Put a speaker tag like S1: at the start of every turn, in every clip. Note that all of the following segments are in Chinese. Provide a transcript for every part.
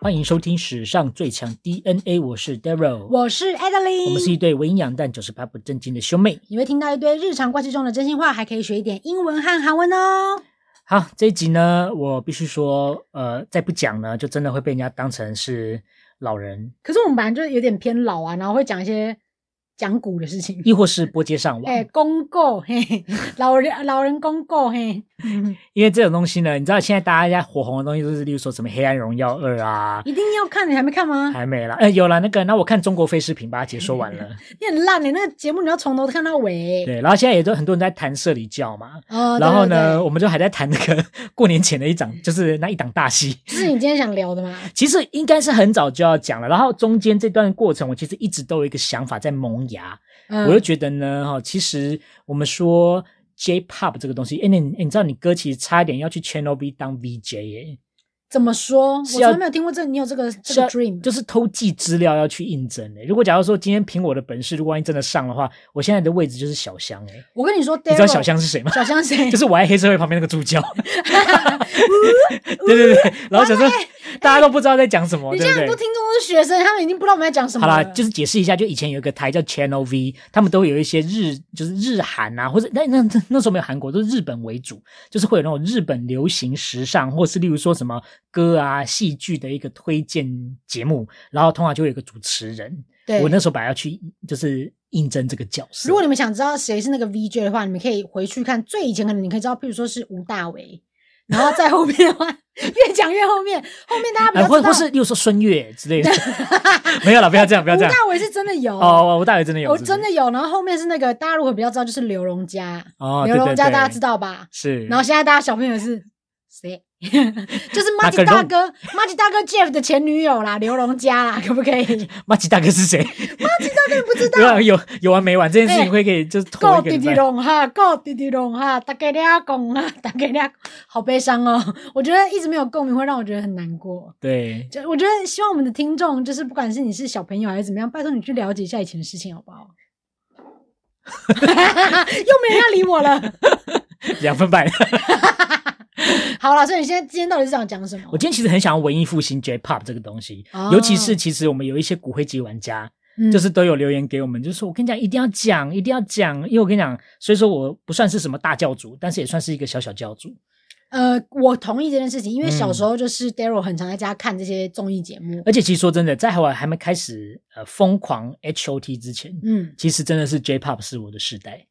S1: 欢迎收听史上最强 DNA，我是 Daryl，
S2: 我是 Adeline，
S1: 我们是一对伪营养但九十八不正经的兄妹。
S2: 你会听到一堆日常关系中的真心话，还可以学一点英文和韩文哦。
S1: 好，这一集呢，我必须说，呃，再不讲呢，就真的会被人家当成是老人，
S2: 可是我们本来就有点偏老啊，然后会讲一些讲古的事情。
S1: 亦或是播接上网。
S2: 哎、公购 嘿，嘿老人老人公购嘿，
S1: 因为这种东西呢，你知道现在大家火红的东西，就是例如说什么《黑暗荣耀二》啊，
S2: 一定要看，你还没看吗？
S1: 还没啦，呃，有啦，那个，那我看中国非视频把它解说完了。
S2: 你很烂，你那个节目你要从头看到尾。
S1: 对，然后现在也都很多人在谈社里教嘛，
S2: 哦，对
S1: 然后
S2: 对
S1: 呢，
S2: 对
S1: 我们就还在谈那个过年前的一档，就是那一档大戏。
S2: 这是你今天想聊的吗？
S1: 其实应该是很早就要讲了，然后中间这段过程，我其实一直都有一个想法在萌芽，
S2: 嗯
S1: 我就觉得呢，哈，其实我们说 J-pop 这个东西，哎、你你知道你哥其实差一点要去 Channel V 当 VJ 耶、
S2: 怎么说？我
S1: 是要
S2: 从来没有听过这，你有这个这
S1: 是
S2: 个
S1: 要
S2: dream？
S1: 就是偷寄资料要去应征诶、如果假如说今天凭我的本事，如果万一真的上的话，我现在的位置就是小香诶、
S2: 我跟你说，
S1: 你
S2: d
S1: 知道小香是谁吗？
S2: 小香谁？
S1: 就是我爱黑社会旁边那个助 教， 对对对，然后想说大家都不知道在讲什么，
S2: 你
S1: 对
S2: 这
S1: 不
S2: 样
S1: 对
S2: 很多？听众都是学生，他们已经不知道我们在讲什么
S1: 好
S2: 了。
S1: 啦，就是解释一下，就以前有一个台叫 Channel V，他们都会有一些日，就是日韩啊，或者那那那那时候没有韩国，都是日本为主，就是会有那种日本流行时尚，或是例如说什么歌啊、戏剧的一个推荐节目，然后通常就会有一个主持人。
S2: 对
S1: 我那时候本来要去就是应征这个角色，
S2: 如果你们想知道谁是那个 VJ 的话，你们可以回去看最以前，可能你可以知道，譬如说是吴大维，然后在后 面的话，越讲越后面，后面大家比
S1: 呃
S2: 较
S1: 或
S2: 知道。
S1: 或是例如说孙悦之 类的，没有啦，不要这样，不要
S2: 吴
S1: 这样。
S2: 大维是真的有
S1: 哦，我大学真的有，
S2: 我
S1: 是不是
S2: 真的有。然后后面是那个大家如果比较知道，就是刘荣佳，
S1: 哦，
S2: 刘
S1: 对
S2: 荣
S1: 对
S2: 佳
S1: 对，
S2: 大家知道吧？
S1: 是，
S2: 然后现在大家小朋友是谁？ 就是马
S1: 马
S2: 吉
S1: 格
S2: 大
S1: 荣
S2: 哥，马吉大哥 Jeff 的前女友啦，刘荣佳啦，可不可以？
S1: 马吉大哥是谁？
S2: 大哥你不知 道，
S1: 有有有啊完没完？这件事情
S2: 哎
S1: 会可以就是拖
S2: 够
S1: 一个
S2: 滴
S1: 礼
S2: 滴
S1: 拜。
S2: 龙哈，够滴滴龙哈，大概俩拱啊， 大概俩，好悲伤哦。我觉得一直没有共鸣，会让我觉得很难过。
S1: 对，
S2: 就我觉得希望我们的听众，就是不管是你是小朋友还是怎么样，拜托你去了解一下以前的事情，好 不好？又没人要理我了。
S1: 两分半。
S2: 好了，所以你现在今天到底是想讲什么
S1: 我？今天其实很想要文艺复兴 J-pop 这个东西，
S2: 哦
S1: 尤其是其实我们有一些骨灰级玩家，
S2: 嗯
S1: 就是都有留言给我们，就是说我跟你讲一定要讲，一定要讲，因为我跟你讲，虽说我不算是什么大教主，但是也算是一个小小教主。
S2: 呃，我同意这件事情，因为小
S1: 嗯哎
S2: 时候就是 Daryl 很常在家看这些综艺节目，
S1: 而且其实说真的，在我还没开始呃疯狂 HOT 之前，
S2: 嗯
S1: 其实真的是 J-pop 是我的时代。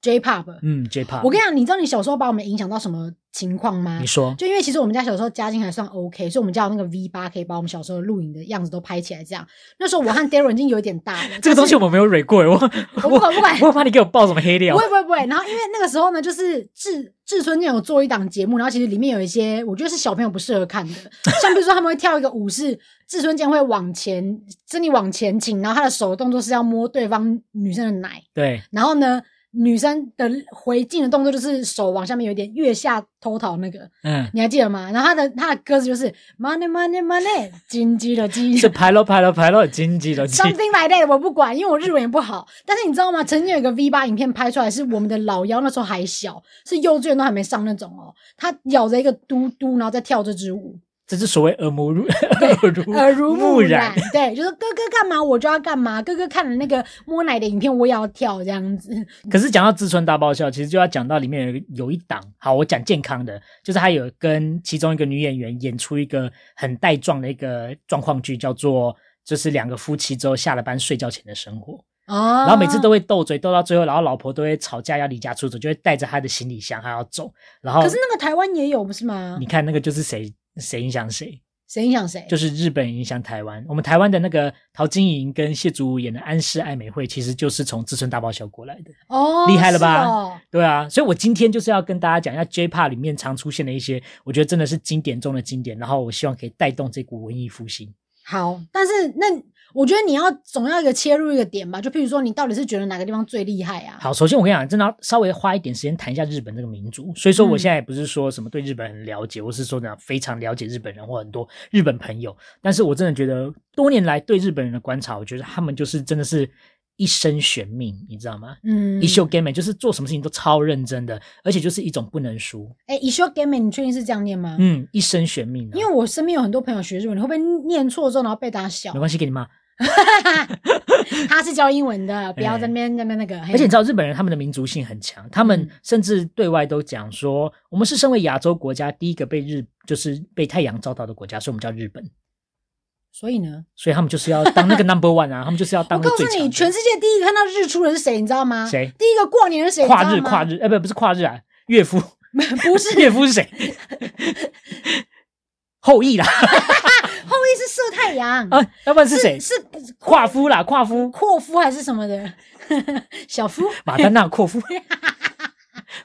S2: ，J-Pop。
S1: 嗯，J-pop，
S2: 我跟你讲，你知道你小时候把我们影响到什么情况吗？
S1: 你说，
S2: 就因为其实我们家小时候家境还算 OK，所以我们家有那个 V 八，可以把我们小时候录影的样子都拍起来。这样，那时候我和 Darren 已经有一点大了，
S1: 这个东西
S2: 但
S1: 我们没有蕊过，欸我
S2: 是我不管不管，
S1: 我怕你给我爆什么黑料
S2: 不。会不会不会。然后因为那个时候呢，就是志志村健有做一档节目，然后其实里面有一些我觉得是小朋友不适合看的，像比如说他们会跳一个舞是志村健会往前，身体往前倾，然后他的手的动作是要摸对方女生的奶，
S1: 对，
S2: 然后呢。女生的回敬的动作就是手往下面有一点月下偷桃那个，
S1: 嗯，
S2: 你还记得吗？然后他的他的歌词就是 money money money，金鸡的鸡
S1: 是排咯排咯排咯，经济的经济。
S2: ，something like that，我不管，因为我日文也不好。但是你知道吗？曾经有一个 V 八影片拍出来，是我们的老妖那时候还小，是幼稚园都还没上那种哦。他咬着一个嘟嘟，然后再跳这支舞，
S1: 这是所谓耳目入耳濡
S2: 耳濡目
S1: 目
S2: 染。对，就是哥哥干嘛我就要干嘛，哥哥看了那个摸奶的影片我也要跳这样子。
S1: 可是讲到自村大爆笑，其实就要讲到里面有一个有一档，好，我讲健康的，就是他有跟其中一个女演员演出一个很带状的一个状况剧，叫做就是两个夫妻之后下了班睡觉前的生活，
S2: 哦，
S1: 然后每次都。会斗嘴，斗到最后，然后老婆都会吵架要离家出走，就会带着她的行李箱还要走，然后
S2: 哦可是那个台湾也有不是吗
S1: 你？看那个就是谁谁影响谁，
S2: 谁影响谁？
S1: 就是日本影响台湾，我们台湾的那个陶晶莹跟谢祖武演的安室爱美惠，其实就是从自村大爆笑过来的。
S2: 哦，
S1: 厉害了吧
S2: 是哦
S1: 对啊，所以我今天就是要跟大家讲一下 J-Pop 里面常出现的一些，我觉得真的是经典中的经典，然后我希望可以带动这股文艺复兴。
S2: 好，但是那我觉得你要总要一个切入一个点吧，就譬如说你到底是觉得哪个地方最厉害啊？
S1: 好，首先我跟你讲，真的要稍微花一点时间谈一下日本这个民族。所以说，
S2: 嗯
S1: 我现在也不是说什么对日本很了解，我是说呢非常了解日本人或很多日本朋友，但是我真的觉得多年来对日本人的观察，我觉得他们就是真的是一生悬命，你知道吗？
S2: 嗯，
S1: 一秀 game 就是做什么事情都超认真的，而且就是一种不能输，
S2: 哎，一秀 game，你确定是这样念吗？
S1: 嗯，一生悬命、啊。
S2: 因为我身边有很多朋友学日文，你会不会念错之后然后被打笑
S1: 没？关系，给你骂。
S2: 他是教英文的，不要在那边在那边那个。
S1: 哎而且你知
S2: 道，
S1: 道日本人他们的民族性很强，他们
S2: 嗯
S1: 甚至对外都讲说，我们是身为亚洲国家第一个被日就是被太阳照到的国家，所以我们叫日本。
S2: 所以呢，
S1: 所以他们就是要当 那个 number one 啊，他们就是要
S2: 我
S1: 当那个
S2: 告诉
S1: 最强
S2: 你，
S1: 的。
S2: 全世界第一个看到日出的是谁，你知道吗？
S1: 谁
S2: 第一个过年是谁？
S1: 跨日跨
S2: 日，
S1: 日，哎、不不是跨日啊，岳父
S2: 不 是
S1: 岳父是谁？ 后羿啦，
S2: 后羿是射太阳，
S1: 啊，要不然是谁
S2: 嗯是？是
S1: 夸夫啦，夸夫，
S2: 阔夫还是什么的？小夫？
S1: 马丹娜 阔夫，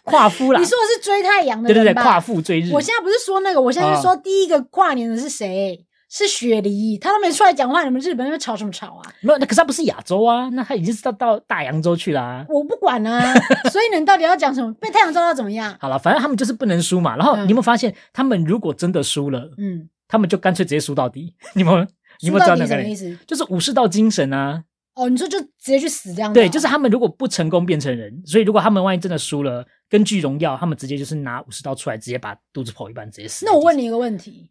S1: 夸夫啦
S2: 你，说的是追太阳的
S1: 对对对，
S2: 人吧
S1: 夸父追日。
S2: 我现在不是说那个，我现在是
S1: 啊
S2: 说第一个跨年的是谁？是雪梨，他都没出来讲话，你们日本那边吵什么吵啊？
S1: 没有，那可是他不是亚洲啊，那他已经是到到大洋洲去啦、
S2: 我不管 啊，所以你到底要讲什么？被太阳照到怎么样？
S1: 好了，反正他们就是不能输嘛。然后
S2: 嗯
S1: 你有没有发现，他们如果真的输了，
S2: 嗯，
S1: 他们就干脆直接输到底。你们你有没有知
S2: 输到
S1: 道
S2: 底
S1: 那
S2: 什
S1: 个
S2: 么意
S1: 人？
S2: 思？
S1: 就是武士道精神啊，
S2: 哦，你说就直接去死这样子啊？
S1: 对，就是他们如果不成功变成人，所以如果他们万一真的输了，根据荣耀，他们直接就是拿武士刀出来，直接把肚子剖一半，直接死。
S2: 那我问
S1: 你，
S2: 你一个问题，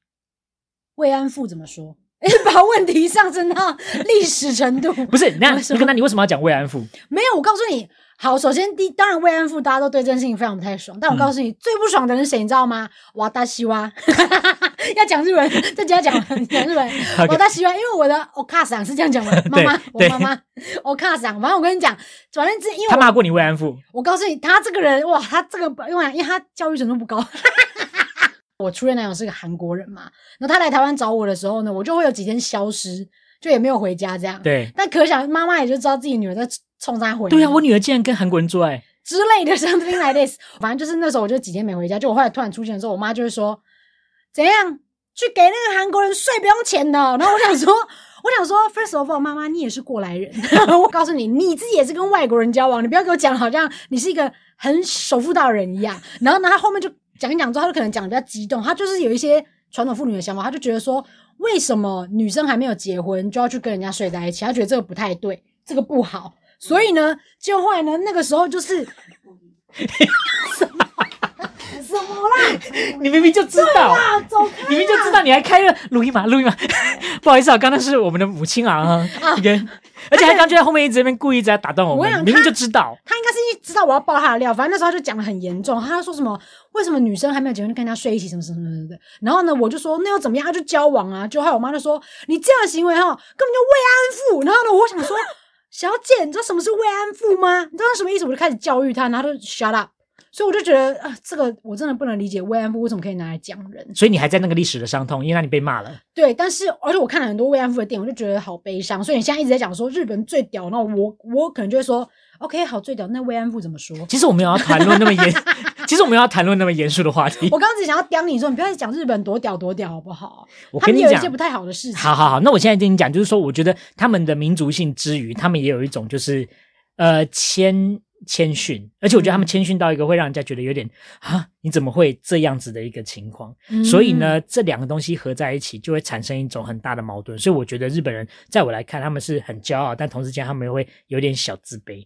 S2: 慰安妇怎么说？ 哎，把问题上升到历史程度，
S1: 不是，那
S2: 为什
S1: 那
S2: 么
S1: 个那你为什么要讲慰安妇？
S2: 没有，我告诉你，好，首先第一当然慰安妇大家都对这件事情非常不太爽，但我告
S1: 嗯
S2: 诉你，最不爽的人是谁，你知道吗？瓦达西娃， 要讲日文，这就要讲 讲日文。瓦达西娃，因为我的我卡桑是这样讲吗？妈妈，我
S1: 对
S2: 妈妈，我卡桑。反正我跟你讲，反正这因为
S1: 他
S2: 我
S1: 骂过你慰安妇，
S2: 我告诉你，他这个人哇，他这个因为因为他教育程度不高。 我初恋男友是个韩国人嘛，然后他来台湾找我的时候呢，我就会有几天消失，就也没有回家这样。
S1: 对
S2: 但可想妈妈也就知道自己女儿在冲他回。
S1: 对啊，我女儿竟然跟韩国人做爱，
S2: 之类的 something like this。反正就是那时候我就几天没回家，就我后来突然出现的时候，我妈就会说：“怎样去给那个韩国人睡不用钱的？”哦然后我想说。我想说，first of all，妈妈，你也是过来人。 我告诉你，你自己也是跟外国人交往，你不要给我讲好像你是一个很守妇道的人一样。然后呢，他后面就讲一讲之后，他就可能讲得比较激动，他就是有一些传统妇女的想法，他就觉得说，为什么女生还没有结婚就要去跟人家睡在一起？他觉得这个不太对，这个不好。所以呢，就后来呢，那个时候 就是什么啦？
S1: 你明明就知道，
S2: 啊，走开！
S1: 你明明就知道，你还开了录音嘛，录音 嘛。不好意思啊，刚刚是我们的母亲昂啊，一个，而且他刚就在后面一直在那边故意在打断我
S2: 我想
S1: 们，
S2: 他
S1: 明明就知道，
S2: 他应该是知道我要爆他的料，反正那时候他就讲的很严重，他就说什么为什么女生还没有结婚就跟人家睡一起，什么什么什么的。然后呢，我就说那又怎么样？他就交往啊。就后来我妈就说你这样的行为哈，根本就慰安妇。然后呢，我想说小姐，你知道什么是慰安妇吗？你知道什么意思？我就开始教育他，然后他就 shut up。所以我就觉得啊、这个我真的不能理解慰安妇为什么可以拿来讲人。
S1: 所以你还在那个历史的伤痛，因为那你被骂了。
S2: 对，但是而且我看了很多慰安妇的电影，我就觉得好悲伤。所以你现在一直在讲说日本最屌，那我我可能就会说，OK，好，最屌，那慰安妇怎么说？
S1: 其实我们要谈论那么 严，其实我们要谈论那么严肃的话题。
S2: 我刚刚只想要刁你说，你不要再讲日本多屌多屌好不好？
S1: 我
S2: 他
S1: 跟
S2: 们
S1: 你
S2: 有一
S1: 讲
S2: 些，不太好的事情。
S1: 好好好，那我现在跟你讲，就是说，我觉得他们的民族性之余，他们也有一种就是呃谦谦逊，而且我觉得他们谦逊到一个会让人家觉得有点啊，你怎么会这样子的一个情况？
S2: 嗯
S1: 所以呢，这两个东西合在一起，就会产生一种很大的矛盾。所以我觉得日本人，在我来看，他们是很骄傲，但同时间他们也会有点小自卑。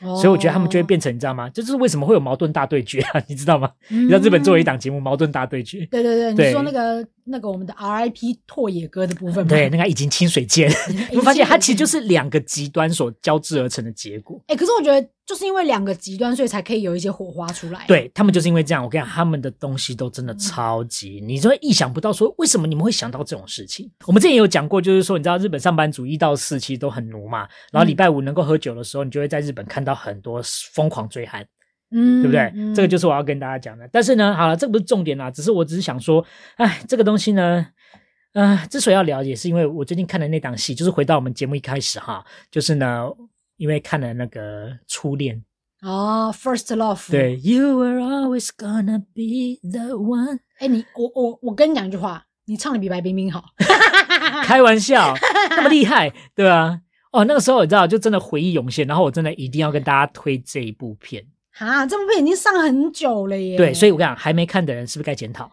S2: 哦
S1: 所以我觉得他们就会变成，你知道吗？这就是为什么会有矛盾大对决啊， 你知道
S2: 嗯
S1: 吗？你知道日本做了一档节目《矛盾大对决》
S2: 哦嗯。对对对，你
S1: 对
S2: 说那个那个我们的 RIP 拓野哥的部分吗？
S1: 对， 那个已经清水剑，你会发现它其实就是两个极端所交织而成的结果。
S2: 哎、可是我觉得就是因为两个极端，所以才可以有一些火花出来。，
S1: 对他们就是因为这样，我跟你讲，他们的东西都真的超级，你就会意想不到，说为什么你们会想到这种事情。我们之前也有讲过，就是说，你知道日本上班族一到四其实都很奴嘛，
S2: 嗯
S1: 然后礼拜五能够喝酒的时候，你就会在日本看到很多疯狂追韩。
S2: 嗯
S1: 对不对？这个就是是我要跟大家讲的。但是呢，好了，这不是重点啦，只是我只是想说，哎，这个东西呢，呃，之所以要聊，也是因为我最近看的那档戏，就是回到我们节目一开始哈，就是呢，因为看了那个《初恋》，
S2: 哦，First Love。，
S1: 对、y o u were always gonna be the one，
S2: 哎、你我我我跟你讲一句话，你唱的比白冰冰好。
S1: 开玩笑，那么厉害， 对吧、啊？哦，那个时候你知道，就真的回忆涌现，然后我真的一定要跟大家推这一部片。
S2: 啊，这部片已经上很久了耶。
S1: 对，所
S2: 以
S1: 以我跟你讲，还没看的人是不是该检讨？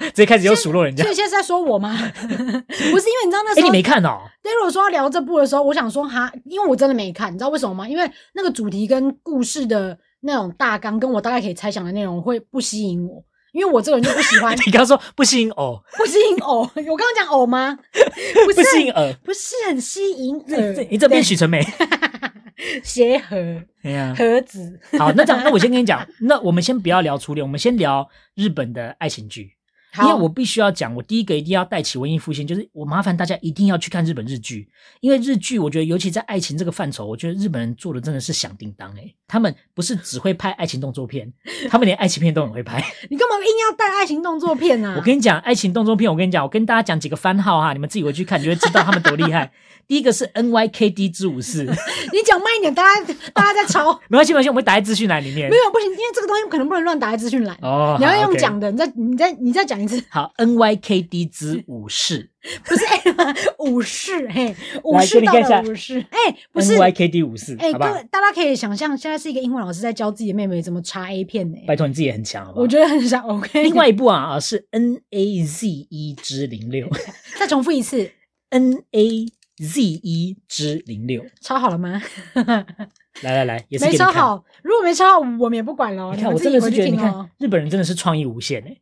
S1: 直接开始又数落人家
S2: 所。以现在是在说我吗？ 不是，因为你知道那
S1: 哎，
S2: 时
S1: 你
S2: 候
S1: 没看哦？
S2: Daryl 说要聊这部的时候，我想说哈，因为我真的没看，你知道为什么吗？因为那个主题跟故事的那种大纲，跟我大概可以猜想的内容会不吸引我，因为我这个人就不喜 欢
S1: 你刚刚说不吸引偶，
S2: 不吸引偶。我刚刚讲 偶吗？不
S1: 不吸引
S2: 是，
S1: 耳。
S2: 不是很吸引
S1: 这
S2: 耳。
S1: 这你这边许纯美，
S2: 对鞋盒
S1: 哎呀，
S2: 盒子，
S1: 好，那这样，那我先跟你讲，那我们先不要聊初恋，我们先聊日本的爱情剧，因
S2: 好，
S1: 为我必须要讲，我第一个一定要带起文艺复兴，就是我麻烦大家一定要去看日本日剧，因为日剧我觉得尤其在爱情这个范畴，我觉得日本人做的真的是响叮当诶、欸他们不是只会拍爱情动作片，他们连爱情片都很会拍。
S2: 你干嘛硬要带爱情动作片 啊？
S1: 我跟你讲，爱情动作片，我跟你讲，我跟大家讲几个番号哈，你们自己回去看，你就会知道他们多厉害。第一个是 N Y K D 之武士，
S2: 你讲慢一点，大家大家 在吵。
S1: 没关系，没关系，我们会打在资讯栏里面
S2: 没。有不行，因为这个东西可能不能乱打在资讯栏，
S1: 哦，
S2: 你
S1: 好
S2: 要用
S1: ，OK
S2: 讲的。你再你再你再讲一次，
S1: 好，N Y K D 之武士
S2: 不是哎武士嘿，武
S1: 来给
S2: 士
S1: 你
S2: 到
S1: 看一下
S2: 了武士哎，不是
S1: ，N Y K D 武士，
S2: 哎，
S1: 好
S2: 各
S1: 不好
S2: 位？大家可以想象，现在是一个英文老师在教自己的妹妹怎么查 A 片呢？
S1: 拜托你自己也很强，好不好？
S2: 我觉得很想 OK。
S1: 另外一部啊啊是 N A Z E 之零六
S2: 再重复一次，
S1: ，N A Z E 之零六，
S2: 抄好了吗？
S1: 来来来， 也是给
S2: 没
S1: 你
S2: 抄
S1: 看。
S2: 好，如果没抄好，我们也不管了哦。
S1: 你
S2: 你
S1: 看，
S2: 们
S1: 我
S2: 自
S1: 真
S2: 己
S1: 的是
S2: 回
S1: 觉
S2: 去
S1: 得，你
S2: 听
S1: 看
S2: 哦。
S1: 日本人真的是创意无限哎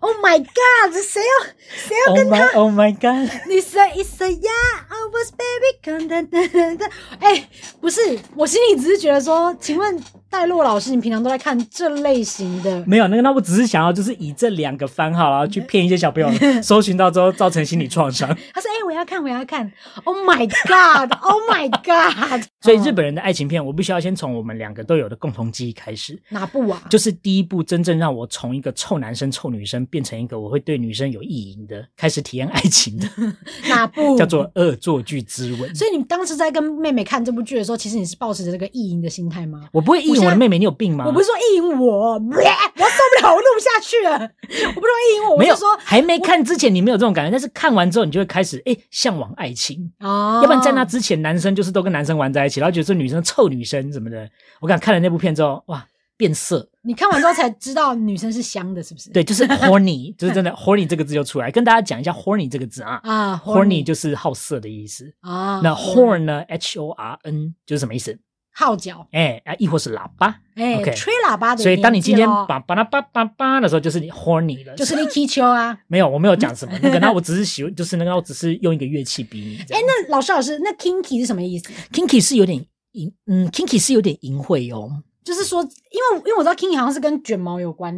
S2: Oh my God，谁要谁要
S1: ！Oh my Oh my God！
S2: 你说一说呀，I was baby come da da da da。哎，不是，我心里只是觉得说，请问戴洛老师，你平常都在看这类型的？
S1: 没有那个，那我只是想要就是以这两个番号，然后去骗一些小朋 友，搜寻到之后造成心理创伤。
S2: 他说：“哎、我要看，我要看。”Oh my god！Oh my god！
S1: 所以日
S2: 哦
S1: 本人的爱情片，我必须要先从我们两个都有的共同记忆开始，
S2: 哪部啊？
S1: 就是第一部真正让我从一个臭男生、臭女生变成一个我会对女生有意淫的，开始体验爱情
S2: 哦
S1: 的，
S2: 哪部
S1: 叫做《恶作剧之吻》。
S2: 所以你当时在跟妹妹看这部剧的时候，其实你是抱持着这个意淫的心态吗？
S1: 我不会意淫我的妹妹，你有病吗？
S2: 我不是说意淫我， 我受不了，我录不下去了。 我不是说意淫我，我
S1: 没有
S2: 是说
S1: 还没看之前你没有这种感觉，但是看完之后你就会开始哎向往爱情。
S2: 啊
S1: 要不然在那之前，男生就是都跟男生玩在一起，然后觉得这女生臭女生什么的。我感看了那部片之后，哇，变色，
S2: 你看完之后才知道女生是香的，是不是？
S1: 对，就是 horny，就是真的 horny 这个字就出来。跟大家讲一下 horny 这个字啊
S2: 啊
S1: ，horny 就是好色的意思。
S2: 啊，
S1: 那
S2: horn
S1: horn 呢？H O R N 就是什么意思？
S2: 号角，
S1: 哎啊，亦或是喇叭。
S2: 哎
S1: OK
S2: 吹喇叭的年纪咯。哦
S1: 所以当你今天叭叭啦叭叭叭的时候，就是你 horny 了。
S2: 就是你踢 球啊。
S1: 没有，我没有讲什么那个，那我只是喜欢，就是那个，我只是用一个乐器比 你这
S2: 哎
S1: 样。，
S2: 那老师老师，那 kinky 是什么意思？
S1: 哎 kinky 是有点淫，嗯，kinky 是有点淫秽哦。
S2: 就是说，因为因为我知道 kinky 好像是跟卷毛有关，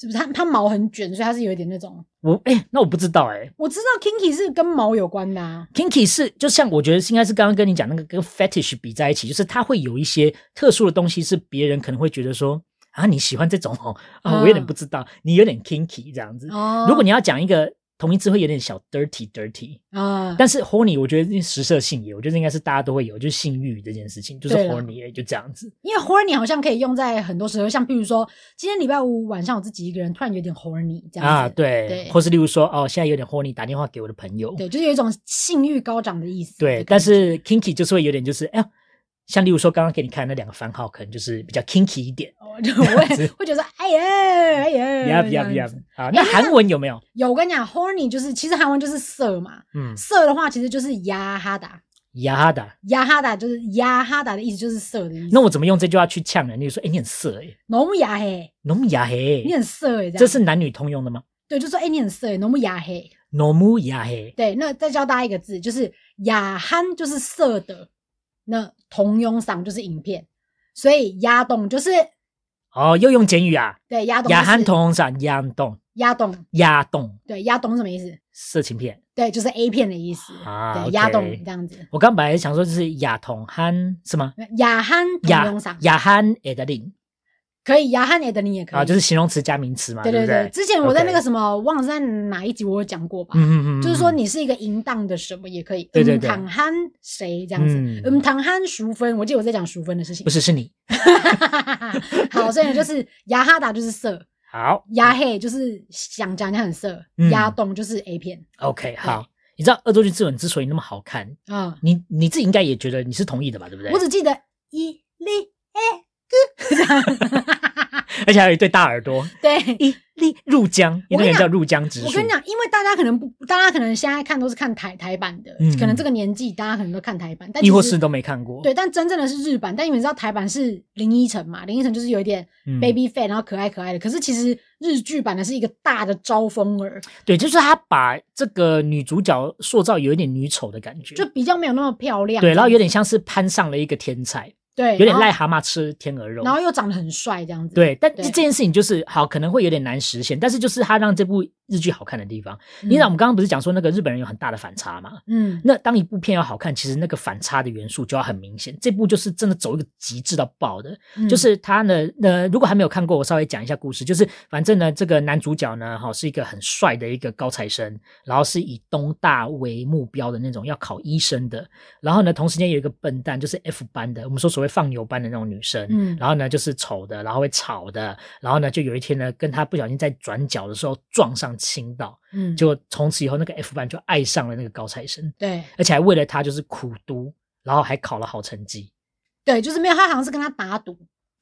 S2: 是不是？它它毛很卷，所以它是有一点那种。
S1: 我哎、那我不知道哎、
S2: 我知道 kinky 是跟毛有关的啊。
S1: Kinky 是就像我觉得是应该是刚刚跟你讲那个跟 fetish 比在一起，就是它会有一些特殊的东西是别人可能会觉得说啊你喜欢这种哦啊
S2: 嗯
S1: 我有点不知道，你有点 kinky 这样子。
S2: 哦
S1: 如果你要讲一个同义词，会有点小 dirty dirty，
S2: 啊，
S1: 但是 horny 我觉得食色性也，我觉得应该是大家都会有，就是性欲这件事情，就是
S2: 对啦
S1: horny 哎也就这样子。
S2: 因为 horny 好像可以用在很多时候，像比如说今天礼拜五晚上我自己一个人突然有点 horny 这样子
S1: 啊，对，
S2: 对
S1: 或是例如说哦，现在有点 horny，打电话给我的朋友，
S2: 对，就是有一种性欲高涨的意思。
S1: 对，但是 kinky 就是会有点就是哎呀，像例如说刚刚给你看那两个番号，可能就是比较 kinky 一点。
S2: 我哦就我 也会觉得哎呀哎呀
S1: Yup yup
S2: 这样
S1: yup
S2: 子哎
S1: 啊，那韩文有没有？
S2: 有我跟你讲，horny 就是其实韩文就是色嘛，
S1: 嗯，
S2: 色的话其实就是呀哈达，
S1: 雅哈达。
S2: 呀哈达就是呀哈达的意思就是色的意思。
S1: 那我怎么用这句话去呛人？你就说，哎，你很色哎，
S2: 浓木雅嘿，
S1: 浓雅嘿
S2: 你，很色哎、欸，
S1: 这是男女通用的吗？
S2: 对，就说哎、你很色哎、欸，浓木雅嘿。
S1: 浓木雅嘿，
S2: 对，那再教大家一个字，就是雅憨就是色的，那同庸赏就是影片，所以雅懂就是
S1: 哦，又用简语啊，
S2: 对雅懂、就是、
S1: 雅韩同红伞，雅动，
S2: 雅懂，
S1: 雅动，
S2: 对雅懂是什么意思？
S1: 色情片。
S2: 对，就是 A 片的意思，
S1: 啊
S2: 对
S1: OK
S2: 雅懂这样子，
S1: 我刚本来想说就是雅同憨是吗？
S2: 雅憨同
S1: 雅
S2: 庸赏
S1: 雅憨 e d l
S2: 可以，雅憨也的你也可以
S1: 啊，就是形容词加名词嘛，
S2: 对
S1: 不
S2: 对，之前我在那
S1: OK
S2: 个什么忘了在哪一集我有讲过吧，
S1: 嗯嗯嗯，
S2: 就是说
S1: 嗯
S2: 你是一个淫荡的什么也可以，
S1: 对对对
S2: 嗯，躺憨谁这样子，
S1: 嗯
S2: 嗯，躺憨淑芬，我记得我在讲淑芬的事情
S1: 不，是是你
S2: 好，所以呢就是雅哈达就是色，
S1: 好
S2: 雅黑就是想讲人家很色
S1: 嗯，
S2: 雅东就是 A 片
S1: OK 好。你知道《恶作剧之吻》之所以那么好看，
S2: 啊，
S1: 你你自己应该也觉得你是同意的吧，对不对？
S2: 我只记得一零
S1: 而且还有一对大耳朵，
S2: 对，
S1: 一粒入江，那个
S2: 我跟你
S1: 人
S2: 讲
S1: 叫入江直
S2: 我
S1: 树
S2: 跟你。讲，因为大家可能不，大家可能现在看都是看台台版的，
S1: 嗯
S2: 可能这个年纪大家可能都看台版，但
S1: 亦或
S2: 其实
S1: 是都没看过，
S2: 对，但真正的是日版。但你们知道台版是林依晨嘛？林依晨就是有一点
S1: 嗯
S2: baby fat，、然后可爱可爱的。可是其实日剧版的是一个大的招风耳，
S1: 对，就是他把这个女主角塑造有一点女丑的感觉，
S2: 就比较没有那么漂亮。
S1: 对，然后有
S2: 点
S1: 点像是攀上了一个天才，
S2: 对，
S1: 有点
S2: 然后
S1: 癞，蛤蟆吃天鹅肉
S2: 然。后又长得很帅这样子。
S1: 对，但
S2: 对
S1: 这件事情就是好，可能会有点难实现，但是就是他让这部日剧好看的地方。
S2: 嗯，
S1: 你知道我们刚刚不是讲说那个日本人有很大的反差嘛？
S2: 嗯，
S1: 那当一部片要好看，其实那个反差的元素就要很明显。这部就是真的走一个极致到爆的，
S2: 嗯
S1: 就是他呢，呃，如果还没有看过，我稍微讲一下故事。就是反正呢，这个男主角呢，哈、是一个很帅的一个高材生，然后是以东大为目标的那种要考医生的。然后呢，同时间有一个笨蛋，就是 F 班的，我们说所谓放牛班的那种女生。
S2: 嗯
S1: 然后呢，就是丑的，然后会吵的，然后呢，就有一天呢，跟他不小心在转角的时候撞上倾倒，
S2: 嗯，
S1: 结果从此以后，那个 F 班就爱上了那个高材生，
S2: 对
S1: 而且还为了他就是苦读，然后还考了好成绩。
S2: 对，就是没有，他好像是跟他打赌，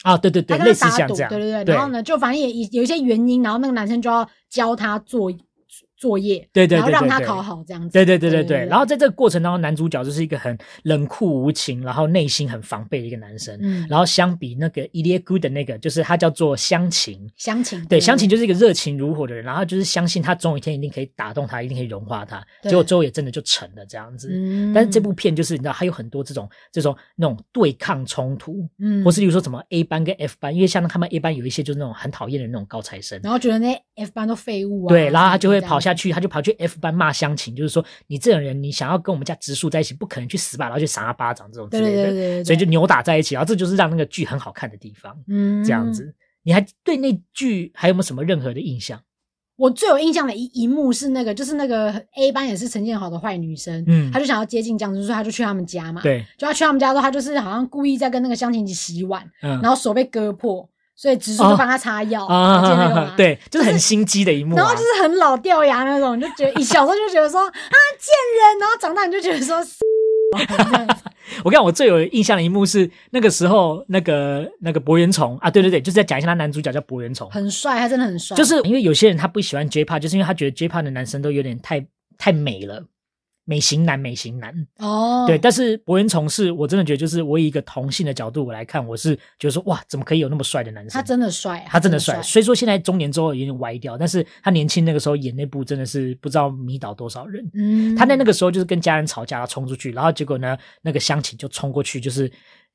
S1: 啊，对对对，
S2: 他
S1: 类
S2: 跟
S1: 似
S2: 他打
S1: 像
S2: 赌，
S1: 这
S2: 对
S1: 样，
S2: 对对。然后呢，就反正也也有一些原因，然后那个男生就要教他做作业，
S1: 对对对
S2: 然后让
S1: 对
S2: 他
S1: 对
S2: 考好这样子。
S1: 对对对对
S2: 对
S1: 对。
S2: 对
S1: 然后在这个过程当中，男主角就是一个很冷酷无情，然后内心很防备的一个男生。
S2: 嗯，
S1: 然后相比那个伊列姑的那个，就是他叫做湘琴，
S2: 湘琴，
S1: 对，湘琴就是一个热情如火的人，然后就是相信他总有一天一定可以打动他，一定可以融化他。
S2: 对
S1: 结果最后也真的就成了这样子。
S2: 嗯，
S1: 但是这部片就是你知道，还有很多这种这种那种对抗冲突，
S2: 嗯，
S1: 或是例如说什么 A 班跟 F 班，因为像他们 A 班有一些就是那种很讨厌的那种高材生，
S2: 然后觉得那 F 班都废物啊，
S1: 对，然后他就会跑
S2: 去。
S1: 下去，他就跑去 F 班骂湘琴，就是说你这种人，你想要跟我们家植树在一起，不可能去死吧，然后就赏他巴掌这种之
S2: 对
S1: 类的，
S2: 对对对对，
S1: 所以就扭打在一起，然后这就是让那个剧很好看的地方，
S2: 嗯
S1: 这样。子。你还对那剧还有没有什么任何的印
S2: 嗯
S1: 象？
S2: 我最有印象的一一幕是那个，就是那个 A 班也是陈建豪的坏女生，
S1: 嗯
S2: 她就想要接近江直树，所以她就去他们家嘛，，
S1: 对，
S2: 就她去他们家之后，她就是好像故意在跟那个湘琴一起洗碗，
S1: 嗯哦啊
S2: 然后手被割破，所以直树就帮她擦药，你记得那个吗，
S1: 对，就是很心机的一幕
S2: 然
S1: 啊
S2: 后就。是很老掉牙那种，你就觉得一小时候就觉得说啊贱人，然后长大你就觉得说
S1: 我跟你讲，我最有印象的一幕是那个时候，那个那个博元崇啊，对对对，就是在讲一下他男主角叫博元崇，
S2: 很帅，他真的很帅，
S1: 就是因为有些人他不喜欢 J-pop，就是因为他觉得 J-pop 的男生都有点太太美了，美型男，美型男。
S2: 哦，
S1: 对，但是博元崇是我真的觉得，就是我以一个同性的角度我来看，我是觉得说，哇，怎么可以有那么帅的男生？
S2: 他真的帅，
S1: 他真的帅，虽说现在中年之后有点歪掉，但是他年轻那个时候演那部真的是不知道迷倒多少人。
S2: 嗯，
S1: 他在那个时候就是跟家人吵架，然后冲出去，然后结果呢，那个湘琴就冲过去，就是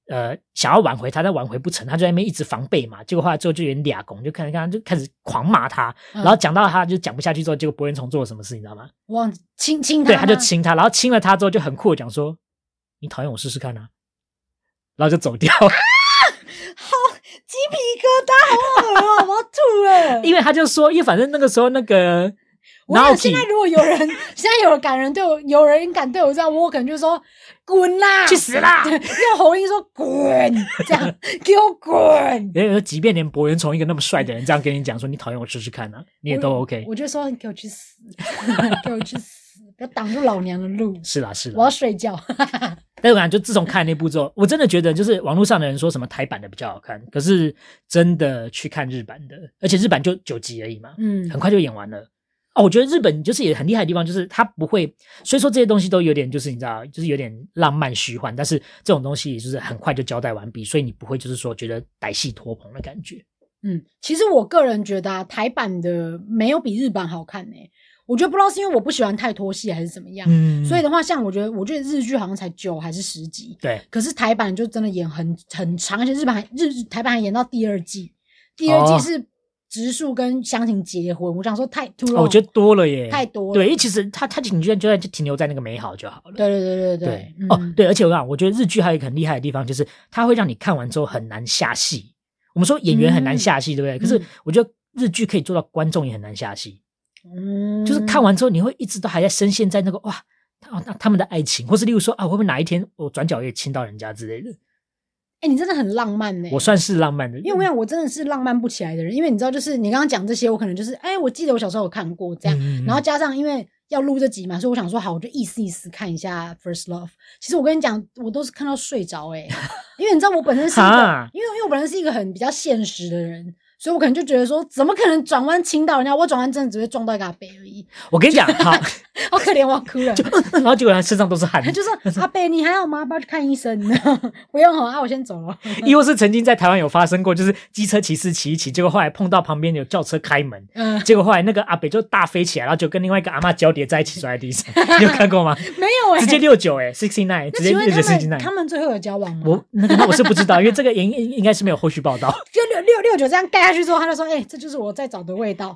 S1: 呃想要挽回他，但挽回不成，他就在那边一直防备嘛。结果后来最后就有点俩拱，就看着看着就开始狂骂他，
S2: 嗯
S1: 然后讲到他就讲不下去之后，结果博元崇做了什么事，你知道吗？
S2: 忘记亲亲他
S1: 对，他就
S2: 吗
S1: 亲他，然后亲了他之后就很酷的讲说：“你讨厌我试试看啊。”然后就走掉，了，
S2: 好鸡皮疙瘩，好恶哦、我要吐 了。
S1: 因为他就说，因为反正那个时候那个
S2: 我想现
S1: Naoki
S2: 在如果 有人，现在有人敢人对我，有人敢对我这样，我可能就说滚啦，
S1: 去死啦
S2: 对用喉音说滚，这 样给我滚。
S1: 因为即便连博元崇一个那么帅的人这样跟你讲说你讨厌我试试看啊，你也都 OK。
S2: 我就说你给我去死，给我去死，不要挡住老娘的路，
S1: 是啦是啦
S2: 我，要睡觉。
S1: 但是我感觉自从看那部之后，我真的觉得就是网络上的人说什么台版的比较好看，可是真的去看日版的，而且日版就九集而已嘛，
S2: 嗯
S1: 很快就演完了。哦，我觉得日本就是也很厉害的地方，就是它不会，虽说这些东西都有点就是你知道，就是有点浪漫虚幻，但是这种东西也就是很快就交代完毕，所以你不会就是说觉得歹戏拖棚的感觉。
S2: 嗯，其实我个人觉得啊，台版的没有比日版好看呢、我觉得不知道是因为我不喜欢太拖戏还是怎么样，
S1: 嗯
S2: 所以的话，像我觉得，我觉得日剧好像才九还是十集，
S1: 对，
S2: 可是台版就真的演很很长，而且日版还日台版还演到第二季，第二季
S1: 哦
S2: 是植树跟湘琴结婚，我想说太突然、
S1: 哦，我觉得多了耶，
S2: 太多了，
S1: 对，因为其实它它就你就就就停留在那个美好就好了。
S2: 对对对
S1: 对
S2: 对对对，
S1: 哦
S2: 嗯，
S1: 对，而且我讲，我觉得日剧还有一个很厉害的地方，就是它会让你看完之后很难下戏。我们说演员很难下戏，对不对？可是
S2: 嗯
S1: 我觉得日剧可以做到观众也很难下戏，
S2: 嗯
S1: 就是看完之后你会一直都还在深陷在那个哇，他那他们的爱情，或是例如说啊，会不会哪一天我转角也亲到人家之类的？
S2: 哎、你真的很浪漫呢、
S1: 我算是浪漫的人，嗯
S2: 因为我想，我真的是浪漫不起来的人，因为你知道，就是你刚刚讲这些，我可能就是，哎、我记得我小时候有看过这样，
S1: 嗯
S2: 然后加上因为要录这集嘛，所以我想说，好，我就意思意思看一下《First Love》。其实我跟你讲，我都是看到睡着哎、因为你知道我本身是一个
S1: 嗯哈，
S2: 因为因为我本身是一个很比较现实的人，所以我可能就觉得说，怎么可能转弯倾倒人家？我转弯真的只会撞到一个阿伯而已，
S1: 我跟你讲，好，
S2: 好可怜，我要哭了。
S1: 然后结果他身上都是汗
S2: 他，就说：“阿伯，你还好吗？要不要去看医生？ 不用哦，啊，我先走了。
S1: 亦或是曾经在台湾有发生过，就是机车骑士骑一骑，结果后来碰到旁边有轿车开门，
S2: 嗯，
S1: 结果后来那个阿北就大飞起来，然后就跟另外一个阿嬷交叠在一起摔在地 上，你有看过吗？
S2: 没有哎、
S1: 直接六九哎，sixty nine，
S2: 那
S1: 直接
S2: 请问
S1: 六九
S2: 他
S1: sixty
S2: 们
S1: nine
S2: 他。们最后有交往吗？
S1: 我那个那我是不知道，因为这个应应应该是没有后续报道。
S2: 就六六六九这样盖下去之后，他就说：“哎、这就是我在找的味 道。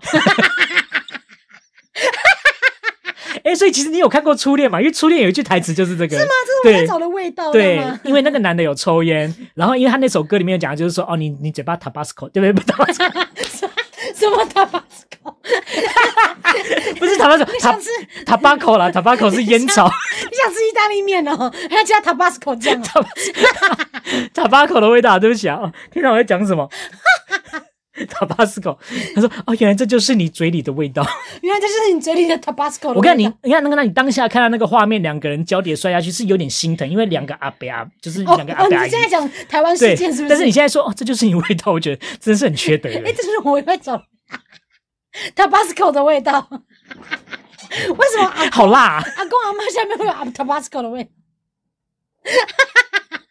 S1: 哎，所以其实你有看过《初恋》嘛？因为《初恋》有一句台词就是这个，是吗？
S2: 这是我在找的味道，知
S1: 对
S2: 道吗？，
S1: 因为那个男的有抽烟，然后因为他那首歌里面讲的就是说，哦，你你嘴巴 Tabasco 对不对？不 Tabasco
S2: 什么大巴斯狗？
S1: 不是 Tabasco，
S2: 你
S1: 塔
S2: 想吃？
S1: Tabasco 啦，Tabasco 是烟草
S2: 你想吃意大利面哦？还要加 Tabasco 酱 哦？
S1: ，Tabasco 的味道。对不起啊，哦天哪，我在讲什么 ？Tabasco，他说哦，原来这就是你嘴里的味道。
S2: 原来这就是你嘴里的 Tabasco 的味道。
S1: 我看你，你看那个，那你当下看到那个画面，两个人交叠摔下去是有点心疼，因为两个阿伯阿就是
S2: 哦
S1: 两个阿伯
S2: 哦，你
S1: 阿姨
S2: 是。现在讲台湾
S1: 对
S2: 事件是不，是？
S1: 但是你现在说哦，这就是你味道，我觉得真的是很缺德
S2: 哎、
S1: 耶。
S2: 这就是我在找 Tabasco 的味道。 为什么阿
S1: 好辣、啊！
S2: 阿公阿妈下面会有 Tabasco 的味道？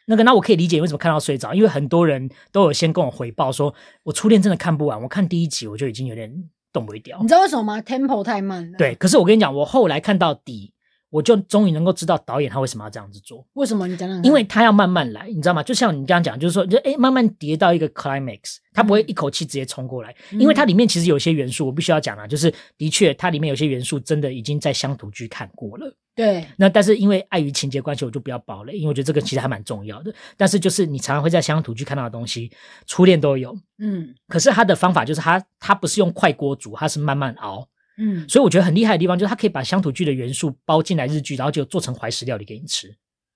S1: 那个，那我可以理解你为什么看到睡着，因为很多人都有先跟我回报说，我初恋真的看不完，我看第一集我就已经有点动不掉
S2: 你。知道为什么吗？Tempo 太慢了。，
S1: 对，可是我跟你讲，我后来看到底，我就终于能够知道导演他为什么要这样子做，
S2: 为什么你讲讲看？
S1: 因为他要慢慢来，你知道吗？就像你刚刚讲，就是说，就哎，慢慢叠到一个 climax，他不会一口气直接冲过来，因为它里面其实有些元素，我必须要讲啊，就是的确它里面有些元素真的已经在乡土剧看过了。
S2: 对
S1: 那但是因为碍于情节关系，我就不要爆雷，因为我觉得这个其实还蛮重要的。但是就是你常常会在乡土剧看到的东西，初恋都有。
S2: 嗯
S1: 可是他的方法就是他他不是用快锅煮，他是慢慢熬。
S2: 嗯，
S1: 所以我觉得很厉害的地方就是他可以把乡土剧的元素包进来日剧，然后就做成怀石料理给你吃。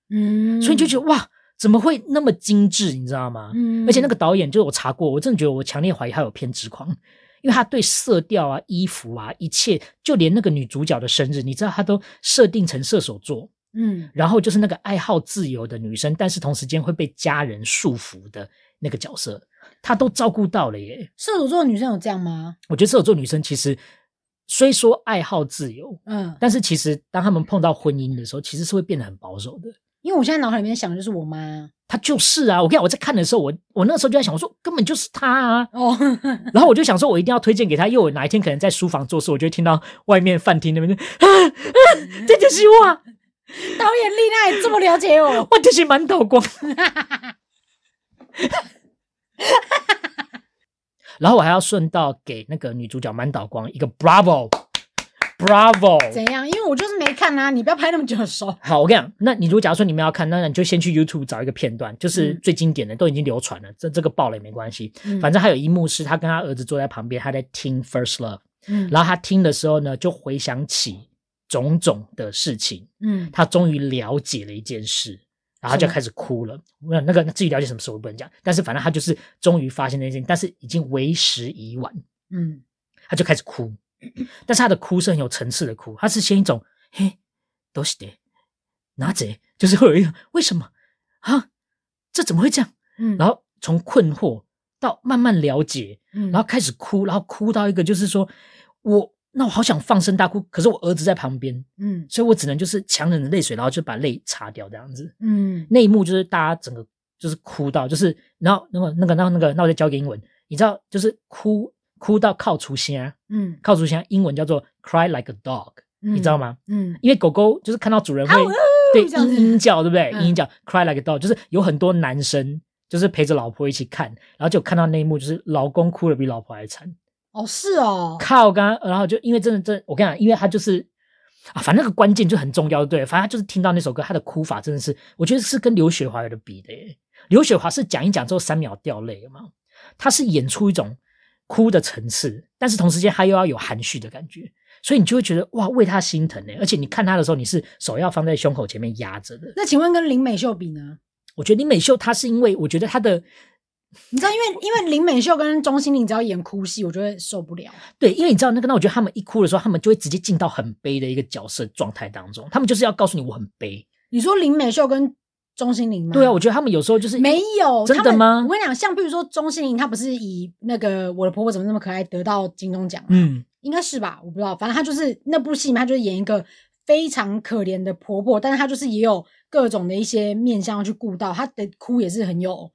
S2: 嗯，
S1: 所以你就觉得哇，怎么会那么精致？你知道吗？
S2: 嗯，
S1: 而且那个导演，就是我查过，我真的觉得我强烈怀疑他有偏执狂，因为他对色调啊、衣服啊、一切，就连那个女主角的生日，你知道他都设定成射手座。
S2: 嗯
S1: 然后就是那个爱好自由的女生，但是同时间会被家人束缚的那个角色，她都照顾到了耶。
S2: 射手座的女生有这样吗？
S1: 我觉得射手座女生其实虽说爱好自由，
S2: 嗯，
S1: 但是其实当她们碰到婚姻的时候，其实是会变得很保守的。
S2: 因为我现在脑海里面想的就是我妈
S1: 她就是啊，我跟你讲，我在看的时候，我我那时候就在想，我说根本就是她啊。
S2: 哦，
S1: 然后我就想说，我一定要推荐给她，因为我哪一天可能在书房做事，我就会听到外面饭厅那边就， 啊啊，这就是我啊，
S2: 导演丽娜也这么了解我，
S1: 我就是满头光。然后我还要顺道给那个女主角满岛光一个 bravo，bravo。
S2: 怎样？因为我就是没看啊，你不要拍那么久的手。
S1: 好，我跟你讲，那你如果假如说你们要看，那你就先去 YouTube 找一个片段，就是
S2: 嗯
S1: 最经典的，都已经流传了，这这个爆了也没关系。
S2: 嗯
S1: 反正还有一幕是他跟他儿子坐在旁边，他在听 First Love，
S2: 嗯
S1: 然后他听的时候呢，就回想起种种的事情，
S2: 嗯
S1: 他终于了解了一件事，然后
S2: 什
S1: 就
S2: 么
S1: 开始哭了。那那个至于了解什么事，我不能讲。但是反正他就是终于发现那件事情，但是已经为时已晚，
S2: 嗯，
S1: 他就开始哭。 但是他的哭是很有层次的哭，他是先一种嘿，都是的，哪者就是会有一种为什么啊，这怎么会这样？
S2: 嗯
S1: 然后从困惑到慢慢了解，
S2: 嗯
S1: 然后开始哭，然后哭到一个就是说我那我好想放声大哭，可是我儿子在旁边，
S2: 嗯
S1: 所以我只能就是强忍着泪水，然后就把泪擦掉这样子。
S2: 嗯
S1: 那一幕就是大家整个就是哭到，就是然后那个那个那个那个，那我再教给英文，你知道就是哭哭到靠出声啊，
S2: 嗯，
S1: 靠出声啊，英文叫做 cry like a dog，、
S2: 你
S1: 你知道？吗？
S2: 嗯
S1: 因为狗狗就是看到主人会、
S2: 嗷呜
S1: 对
S2: 这样子
S1: 嘤嘤叫，对不对？嘤
S2: 嗯
S1: 嘤叫 cry like a dog，就是有很多男生就是陪着老婆一起看，然后就看到那一幕，就是老公哭的比老婆还惨。
S2: 哦，是哦，
S1: 靠刚刚，然后就因为真的真的，我跟你讲，因为他就是啊，反正那个关键就很重要，对了，反正他就是听到那首歌，他的哭法真的是，我觉得是跟刘雪华有的比的耶。刘雪华是讲一讲之后三秒掉泪嘛，他是演出一种哭的层次，但是同时间他又要有含蓄的感觉，所以你就会觉得哇，为他心疼呢。而且你看他的时候，你是手要放在胸口前面压着的。
S2: 那请问跟林美秀比呢？
S1: 我觉得林美秀她是因为我觉得她的
S2: 你知道，因为因为林美秀跟钟欣凌只要演哭戏，我就会受不了。
S1: 对，因为你知道那个，那我觉得他们一哭的时候，他们就会直接进到很悲的一个角色状态当中，他们就是要告诉你我很悲。
S2: 你说林美秀跟钟欣凌吗？
S1: 对啊，我觉得他们有时候就是
S2: 没有
S1: 真
S2: 他
S1: 的
S2: 们
S1: 吗
S2: 我跟你讲，像比如说钟欣凌，她不是以那个《我的婆婆怎么那么可爱》得到金钟奖吗，
S1: 嗯
S2: 应该是吧？我不知道，反正她就是那部戏里面，她就是演一个非常可怜的婆婆，但是她就是也有各种的一些面相要去顾到，她的哭也是很有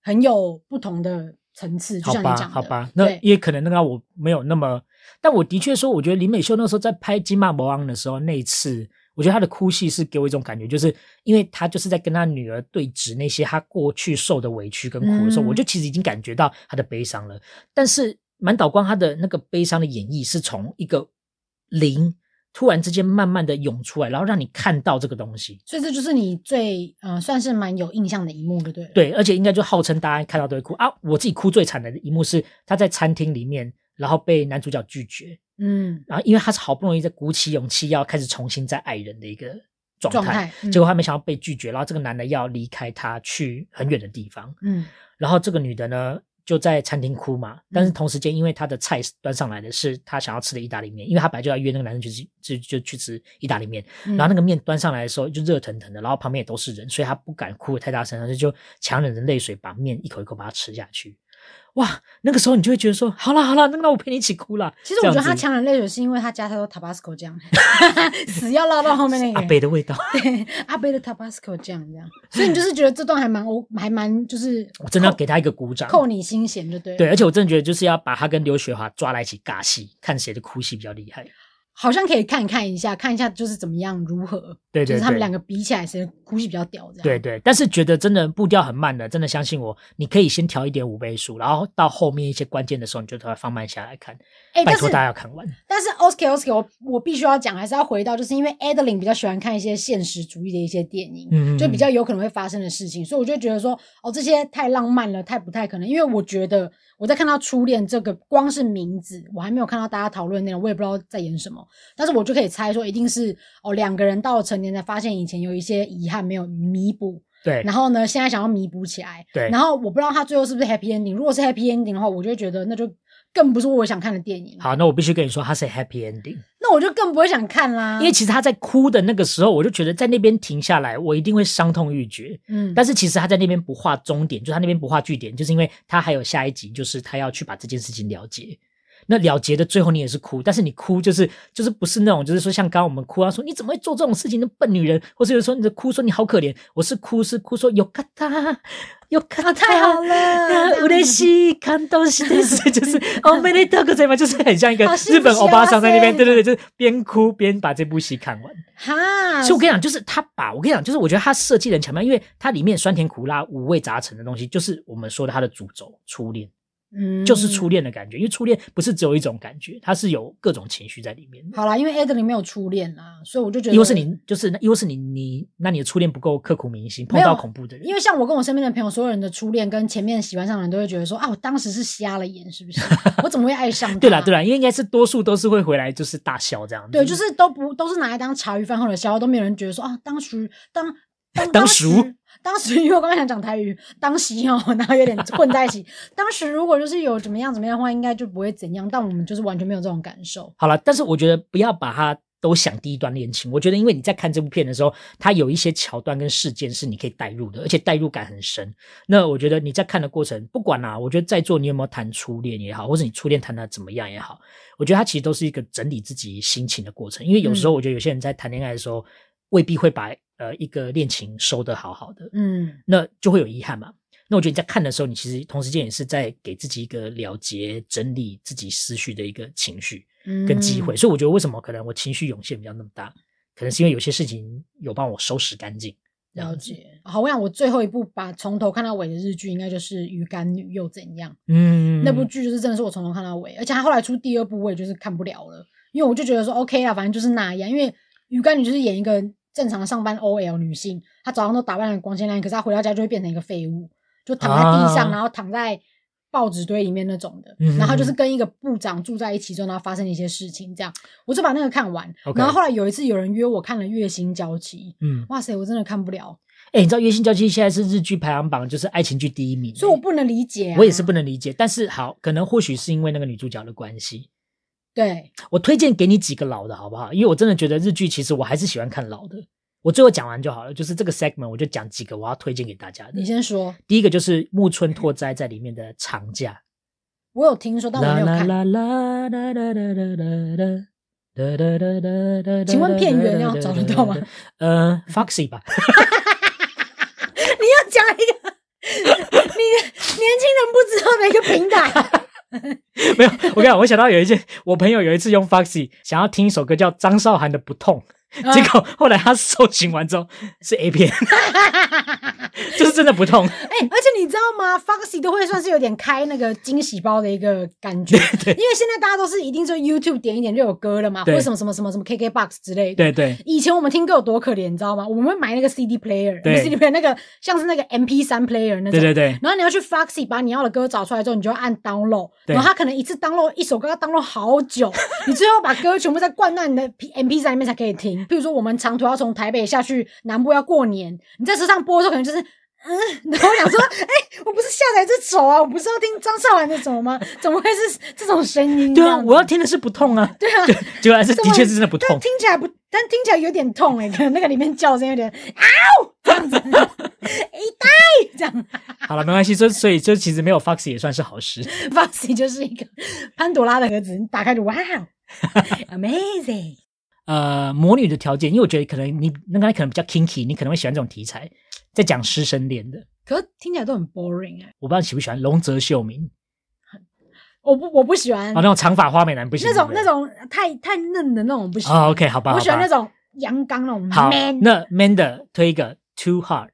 S2: 很有不同的层次，就
S1: 好
S2: 像你
S1: 吧
S2: 讲的，
S1: 好吧，那
S2: 对，
S1: 也可能那个我没有那么，但我的确说，我觉得林美秀那时候在拍《金马魔王》的时候，那一次。我觉得她的哭戏是给我一种感觉，就是因为她就是在跟她女儿对峙那些她过去受的委屈跟苦的时候，
S2: 嗯
S1: 我就其实已经感觉到她的悲伤了。但是满岛光她的那个悲伤的演绎是从一个零突然之间慢慢的涌出来，然后让你看到这个东西。
S2: 所以这就是你最嗯、呃算是蛮有印象的一幕，对不对了？
S1: 对，而且应该就号称大家看到都会哭啊。我自己哭最惨的一幕是他在餐厅里面，然后被男主角拒绝，
S2: 嗯，
S1: 然后因为他是好不容易在鼓起勇气要开始重新再爱人的一个状态，
S2: 状态嗯
S1: 结果他没想到被拒绝，然后这个男的要离开他去很远的地方，
S2: 嗯
S1: 然后这个女的呢就在餐厅哭嘛，但
S2: 嗯
S1: 是同时间因为她的菜端上来的是她想要吃的意大利面，因为她本来就要约那个男人去吃就就去吃意大利面，
S2: 嗯
S1: 然后那个面端上来的时候就热腾腾的，然后旁边也都是人，所以她不敢哭得太大声，她就强忍着泪水把面一口一口把它吃下去。哇，那个时候你就会觉得说，好啦好啦，那那我陪你一起哭啦。
S2: 其实我觉
S1: 这
S2: 得他
S1: 样子
S2: 强忍泪水是因为他加太多 Tabasco 酱， 死要拉到后面那个
S1: 阿北的 味道，
S2: 对阿贝的 Tabasco 酱这样，所以你就是觉得这段还蛮欧，还蛮就是
S1: 我真的要给她一个鼓掌。
S2: 扣你心弦，就对。
S1: 对，，而且我真的觉得就是要把她跟刘雪华抓来一起尬戏，看谁的哭戏比较厉害。
S2: 好像可以看看一下，看一下就是怎么样如何，
S1: 对
S2: 就
S1: 对
S2: 是他们
S1: 对
S2: 两。个比起来谁的哭戏比较屌这样。
S1: 对，对，但是觉得真的步调很慢的，真的相信我，你可以先调一点五倍速，然后到后面一些关键的时候，你就突然放慢下来看。
S2: 哎，
S1: 拜
S2: 但
S1: 托
S2: 是
S1: 大家要看完。
S2: 但是 Oscar Oscar，我我必须要讲，还是要回到，就是因为 Adeline 比较喜欢看一些现实主义的一些电影，
S1: 嗯
S2: 就比较有可能会发生的事情，所以我就觉得说，哦，这些太浪漫了，太不太可能。因为我觉得我在看到初恋这个，光是名字，我还没有看到大家讨论内容，我也不知道在演什么，但是我就可以猜说，一定是哦，两个人到了成年才发现以前有一些遗憾没有弥补，
S1: 对
S2: 然后呢，现在想要弥补起来，
S1: 对
S2: 然后我不知道他最后是不是 happy ending，如果是 happy ending 的话，我就会觉得那就更不是我想看的电影。
S1: 好，那我必须跟你说，它是 happy ending，、
S2: 那我就更不会想看啦，
S1: 因为其实他在哭的那个时候，我就觉得在那边停下来，我一定会伤痛欲绝。
S2: 嗯，
S1: 但是其实他在那边不画终点，就他那边不画句点，就是因为他还有下一集，就是他要去把这件事情了结。那了结的最后你也是哭，但是你哭就是就是不是那种就是说像刚刚我们哭啊说你怎么会做这种事情的笨女人，或是有时候你的哭说你好可怜，我是哭是哭说有卡他有卡他、
S2: 啊太好了，
S1: 啊，
S2: 这样
S1: うれし
S2: 子
S1: い感動しです， 就是哦，没得到个什么，就是很像一个
S2: 好幸福
S1: 日本欧巴桑在那边，
S2: 幸
S1: 对
S2: 福
S1: 对对，就是边哭边把这部戏看完。
S2: 哈，
S1: 所以我跟你讲，就是他把我跟你讲，就是我觉得他设计的很巧妙，因为它里面酸甜苦辣五味杂陈的东西，就是我们说的他的主轴初恋，
S2: 嗯
S1: 就是初。恋的感觉。因为初恋不是只有一种感觉，它是有各种情绪在里面的。
S2: 好啦，因为 Adeline 没有初恋啦，所以我就觉得，
S1: 又是你，就是又是你，你那你的初恋不够刻骨铭心，碰
S2: 没有
S1: 到恐怖的人，
S2: 因为像我跟我身边的朋友，所有人的初恋跟前面喜欢上的人都会觉得说啊，我当时是瞎了眼，是 不是？我怎么会爱上他？
S1: 对啦对啦，因为应该是多数都是会回来就是大笑这样子。
S2: 对，就是都不都是拿来当茶余饭后的消，都没有人觉得说啊，当时当 当
S1: 当
S2: 时
S1: 熟
S2: 当时，因为我刚刚想讲台语，当时哦， 然后有点混在一起。当时如果就是有怎么样怎么样的话，应该就不会怎样，但我们就是完全没有这种感受。
S1: 好了，但是我觉得不要把它都想第一段恋情。我觉得，因为你在看这部片的时候，它有一些桥段跟事件是你可以代入的，而且代入感很深。那我觉得你在看的过程，不管啦、我觉得在座你有没有谈初恋也好，或者你初恋谈的怎么样也好，我觉得它其实都是一个整理自己心情的过程。因为有时候我觉得有些人在谈恋爱的时候，未必会把呃一个恋情收得好好的，
S2: 嗯
S1: 那就会有遗憾嘛。那我觉得你在看的时候，你其实同时间也是在给自己一个了结、整理自己思绪的一个情绪。
S2: 嗯，
S1: 跟机会。所以我觉得为什么可能我情绪涌现比较那么大，可能是因为有些事情有帮我收拾干净。这样
S2: 了
S1: 子，
S2: 解。好，我想我最后一部把从头看到尾的日剧，应该就是《鱼干女又怎样》
S1: 嗯，
S2: 那部剧，就是真的是我从头看到尾，而且他后来出第二部，我也就是看不了了，因为我就觉得说 OK 啊啦，反正就是那样。因为《鱼干女》就是演一个正常上班 OL 女性，她早上都打扮得光鲜亮丽，可是她回到家就会变成一个废物，就躺在地上，
S1: 啊
S2: 然后躺在报纸堆里面那种的。
S1: 嗯
S2: 然后她就是跟一个部长住在一起之后，然后发生了一些事情，这样我就把那个看完。
S1: OK
S2: 然后后来有一次有人约我看了《月薪娇妻
S1: 嗯》，，
S2: 哇塞，我真的看不了。
S1: 哎、你知道《月薪娇妻》现在是日剧排行榜就是爱情剧第一名，欸
S2: 所以我不能理解、啊。
S1: 我也是不能理解。但是好，可能或许是因为那个女主角的关系，
S2: 对，
S1: 我推荐给你几个老的好不好？因为我真的觉得日剧其实我还是喜欢看老的，我最后讲完就好了，就是这个 segment 我就讲几个我要推荐给大家的
S2: 你。先说，
S1: 第一个就是木村拓哉在里面的长假，
S2: 我有听说，但我没有看。
S1: 啦啦啦啦啦啦啦啦哒哒哒哒哒
S2: 请问片源要找得到吗？
S1: 呃，Foxy 吧，
S2: 你要讲一个，你年轻人不知道的一个平 台，
S1: 没有，我跟你讲，我想到有一件，我朋友有一次用 Foxy 想要听一首歌叫张韶涵的《不痛》，
S2: 啊
S1: 结果后来他搜寻完之后是 A 片， 就是真的不痛。
S2: 哎、而且你知道吗？Foxy 都会算是有点开那个惊喜包的一个感觉，
S1: 对
S2: 因为现在大家都是一定是 YouTube 点一点就有歌了嘛，或
S1: 对
S2: 者什么什么什么什么 KKBox 之类的。
S1: 对对
S2: 以前我们听歌有多可怜，你知道吗？我们会买那个 CD player，
S1: 对
S2: CD player 那个像是那个 MP 三 player 那种，
S1: 对对对，
S2: 然后你要去 Foxy 把你要的歌找出来之后，你就要按 download，
S1: 对
S2: 然后它可能一次 download 一首歌要 download 好 久，你最后把歌全部再灌到你的 P M P 3里面才可以听。譬如说我们长途要从台北下去南部要过年，你在车上播的时候可能就是。嗯，然后我想说， 哎、我不是下载这首啊，我不是要听张韶涵的什么吗？怎么会是这种声音这
S1: 对啊，
S2: 样子？
S1: 我要听的是不痛啊，
S2: 对啊，
S1: 结果还是
S2: 这
S1: 的
S2: 么
S1: 确是真的不
S2: 但
S1: 痛。
S2: 听起来不，但听起来有点痛哎、可能那个里面叫声有点啊呜这样 子，哎呆这样。
S1: 好了，没关系，所以所以就其实没有 Foxy 也算是好事。
S2: Foxy 就是一个潘朵拉的盒子，你打 开就哇哦，amazing！
S1: 呃，魔女的条件，因为我觉得可能你那个可能比较 kinky，你可能会喜欢这种题材，在讲师生恋的。
S2: 可是听起来都很 boring 哎、
S1: 我不知道你喜不喜欢龙泽秀明，
S2: 我不我不喜欢、
S1: 哦，那种长发花美男不行，
S2: 那种
S1: 对不
S2: 那
S1: 对
S2: 种太太嫩的那种不喜欢。
S1: 哦，OK，好吧，
S2: 我喜欢
S1: 好吧
S2: 那种阳刚那种
S1: 好
S2: man，，
S1: 那 man 的推一个 Too Hard。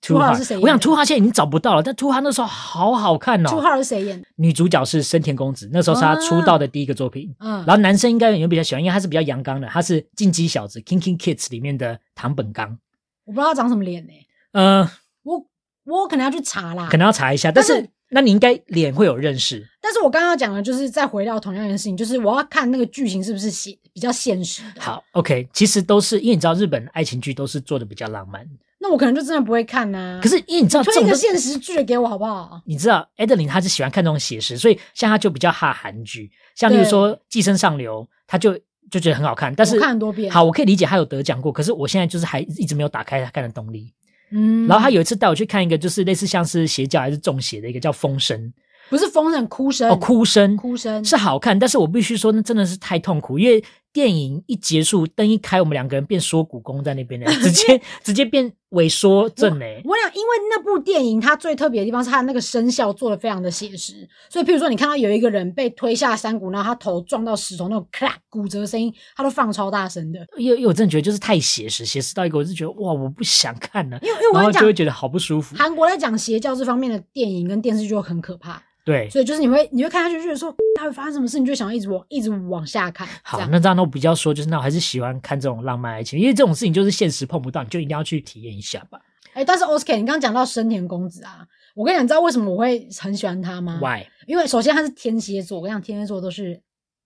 S2: Too Hard 是谁演的啊
S1: 我想 Too Hard 现在已经找不到了，但 Too Hard 那时候好好看
S2: 朱
S1: 哦。
S2: 浩是谁演的？
S1: 女主角是深田恭子，那时候是她出道的第一个作品。
S2: 嗯，
S1: 然后男生应该也比较喜欢，因为他是比较阳刚的，他是《进击小子》（King King Kids） 里面的唐本刚。
S2: 我不知道他长什么脸呢、
S1: 呃，
S2: 我我可能要去查啦
S1: 可。能要查一下，但
S2: 但
S1: 是
S2: 是
S1: 那你应该脸会有认识。
S2: 但是我刚刚要讲的就是再回到同样一件事情，就是我要看那个剧情是不是现比较现实的。
S1: 好，OK，其实都是因为你知道日本爱情剧都是做的比较浪漫，
S2: 那我可能就真的不会看呐、
S1: 可是因为你知道这
S2: 推
S1: 种
S2: 一个
S1: 东
S2: 现实剧给我好不好？
S1: 你知道 Adeline 她是喜欢看这种写实，所以像她就比较哈韩剧，像例如说《寄生上流》，她就就觉得很好看，但是
S2: 我看很多遍
S1: 好，我可以理解她有得奖过，可是我现在就是还一直没有打开她看的动力。
S2: 嗯，
S1: 然后她有一次带我去看一个，就是类似像是邪教还是中邪的一个叫《风声
S2: 不是疯人哭声，》
S1: 哦，哭声
S2: 哭声
S1: 是好看，但是我必须说，那真的是太痛苦，因为电影一结束，灯一开，我们两个人变缩骨功在那边呢，直 接直接变萎缩症呢。
S2: 我俩因为那部电影它最特别的地方是它那个声效做的非常的写实，所以譬如说你看到有一个人被推下山谷，然后他头撞到石头那种咔骨折的声音，他都放超大声的。
S1: 因为因为我真的觉得就是太写实，写实到一个我是觉得哇，我不想看了，
S2: 因为因为我
S1: 然后
S2: 跟你
S1: 就会
S2: 讲，
S1: 觉得好不舒服。
S2: 韩国在讲邪教这方面的电影跟电视剧就很可怕，
S1: 对，
S2: 所以就是你会你会看下去就觉得说 它会发生什么事，你就想要一直往一直往下看。这
S1: 好，
S2: 样
S1: 那这样那我比较说，就是那我还是喜欢看这种浪漫爱情，因为这种事情就是现实碰不到，你就一定要去体验一下吧。
S2: 哎、但是 Oscar，你刚刚讲到深田公子啊，我跟你讲，你知道为什么我会很喜欢他吗？
S1: Why
S2: 因为首先他是天蝎座，我跟你讲，天蝎座都是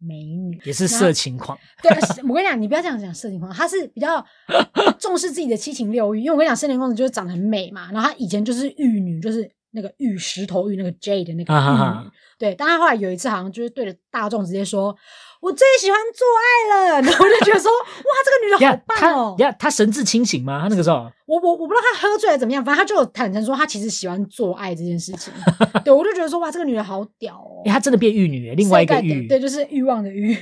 S2: 美女，
S1: 也是色情狂，
S2: 对，我跟你讲，你不要这样讲色情狂，她是比 较重视自己的七情六欲。因为我跟你讲，森林公主就是长得很美嘛，然后她以前就是玉女，就是那个玉石头玉那个 J 的那个玉女。
S1: 啊哈哈
S2: 对，但她后来有一次好像就是对着大众直接说：“我最喜欢做爱了。”然后我就觉得说：“哇，这个女
S1: 等
S2: 的
S1: 下
S2: 好
S1: 他
S2: 棒哦
S1: 等！”下他神志清醒吗？他那个时候
S2: 我我我不知道她喝醉了怎么样，反正她就有坦诚说她其实喜欢做爱这件事情。对，我就觉得说：“哇，这个女的好屌哦
S1: 哎、！”他真的变玉女耶，另外一个
S2: 色盖的
S1: 玉。
S2: 对，就是欲望的 欲。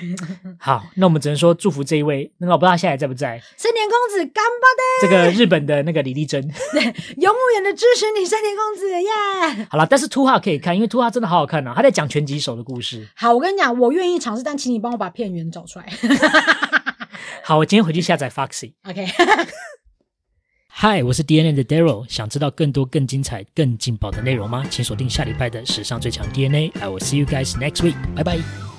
S1: 好，那我们只能说祝福这一位，那我不知道他现在还在不在。
S2: 森田公子，干巴的！
S1: 这个日本的那个李丽珍，
S2: 永远的支持你，山田公子耶
S1: 好了，但是 Two 可以看，因为 Two 真的好好看啊，他在讲拳击手的故事。
S2: 好，我跟你讲，我愿意尝试，但请你帮我把片源找出来。
S1: 好，我今天回去下载 Foxy。
S2: OK，
S1: 嗨，我是 DNA 的 Daryl，想知道更多更精彩、更劲爆的内容吗？请锁定下礼拜的史上最强 DNA。I will see you guys next week，拜拜。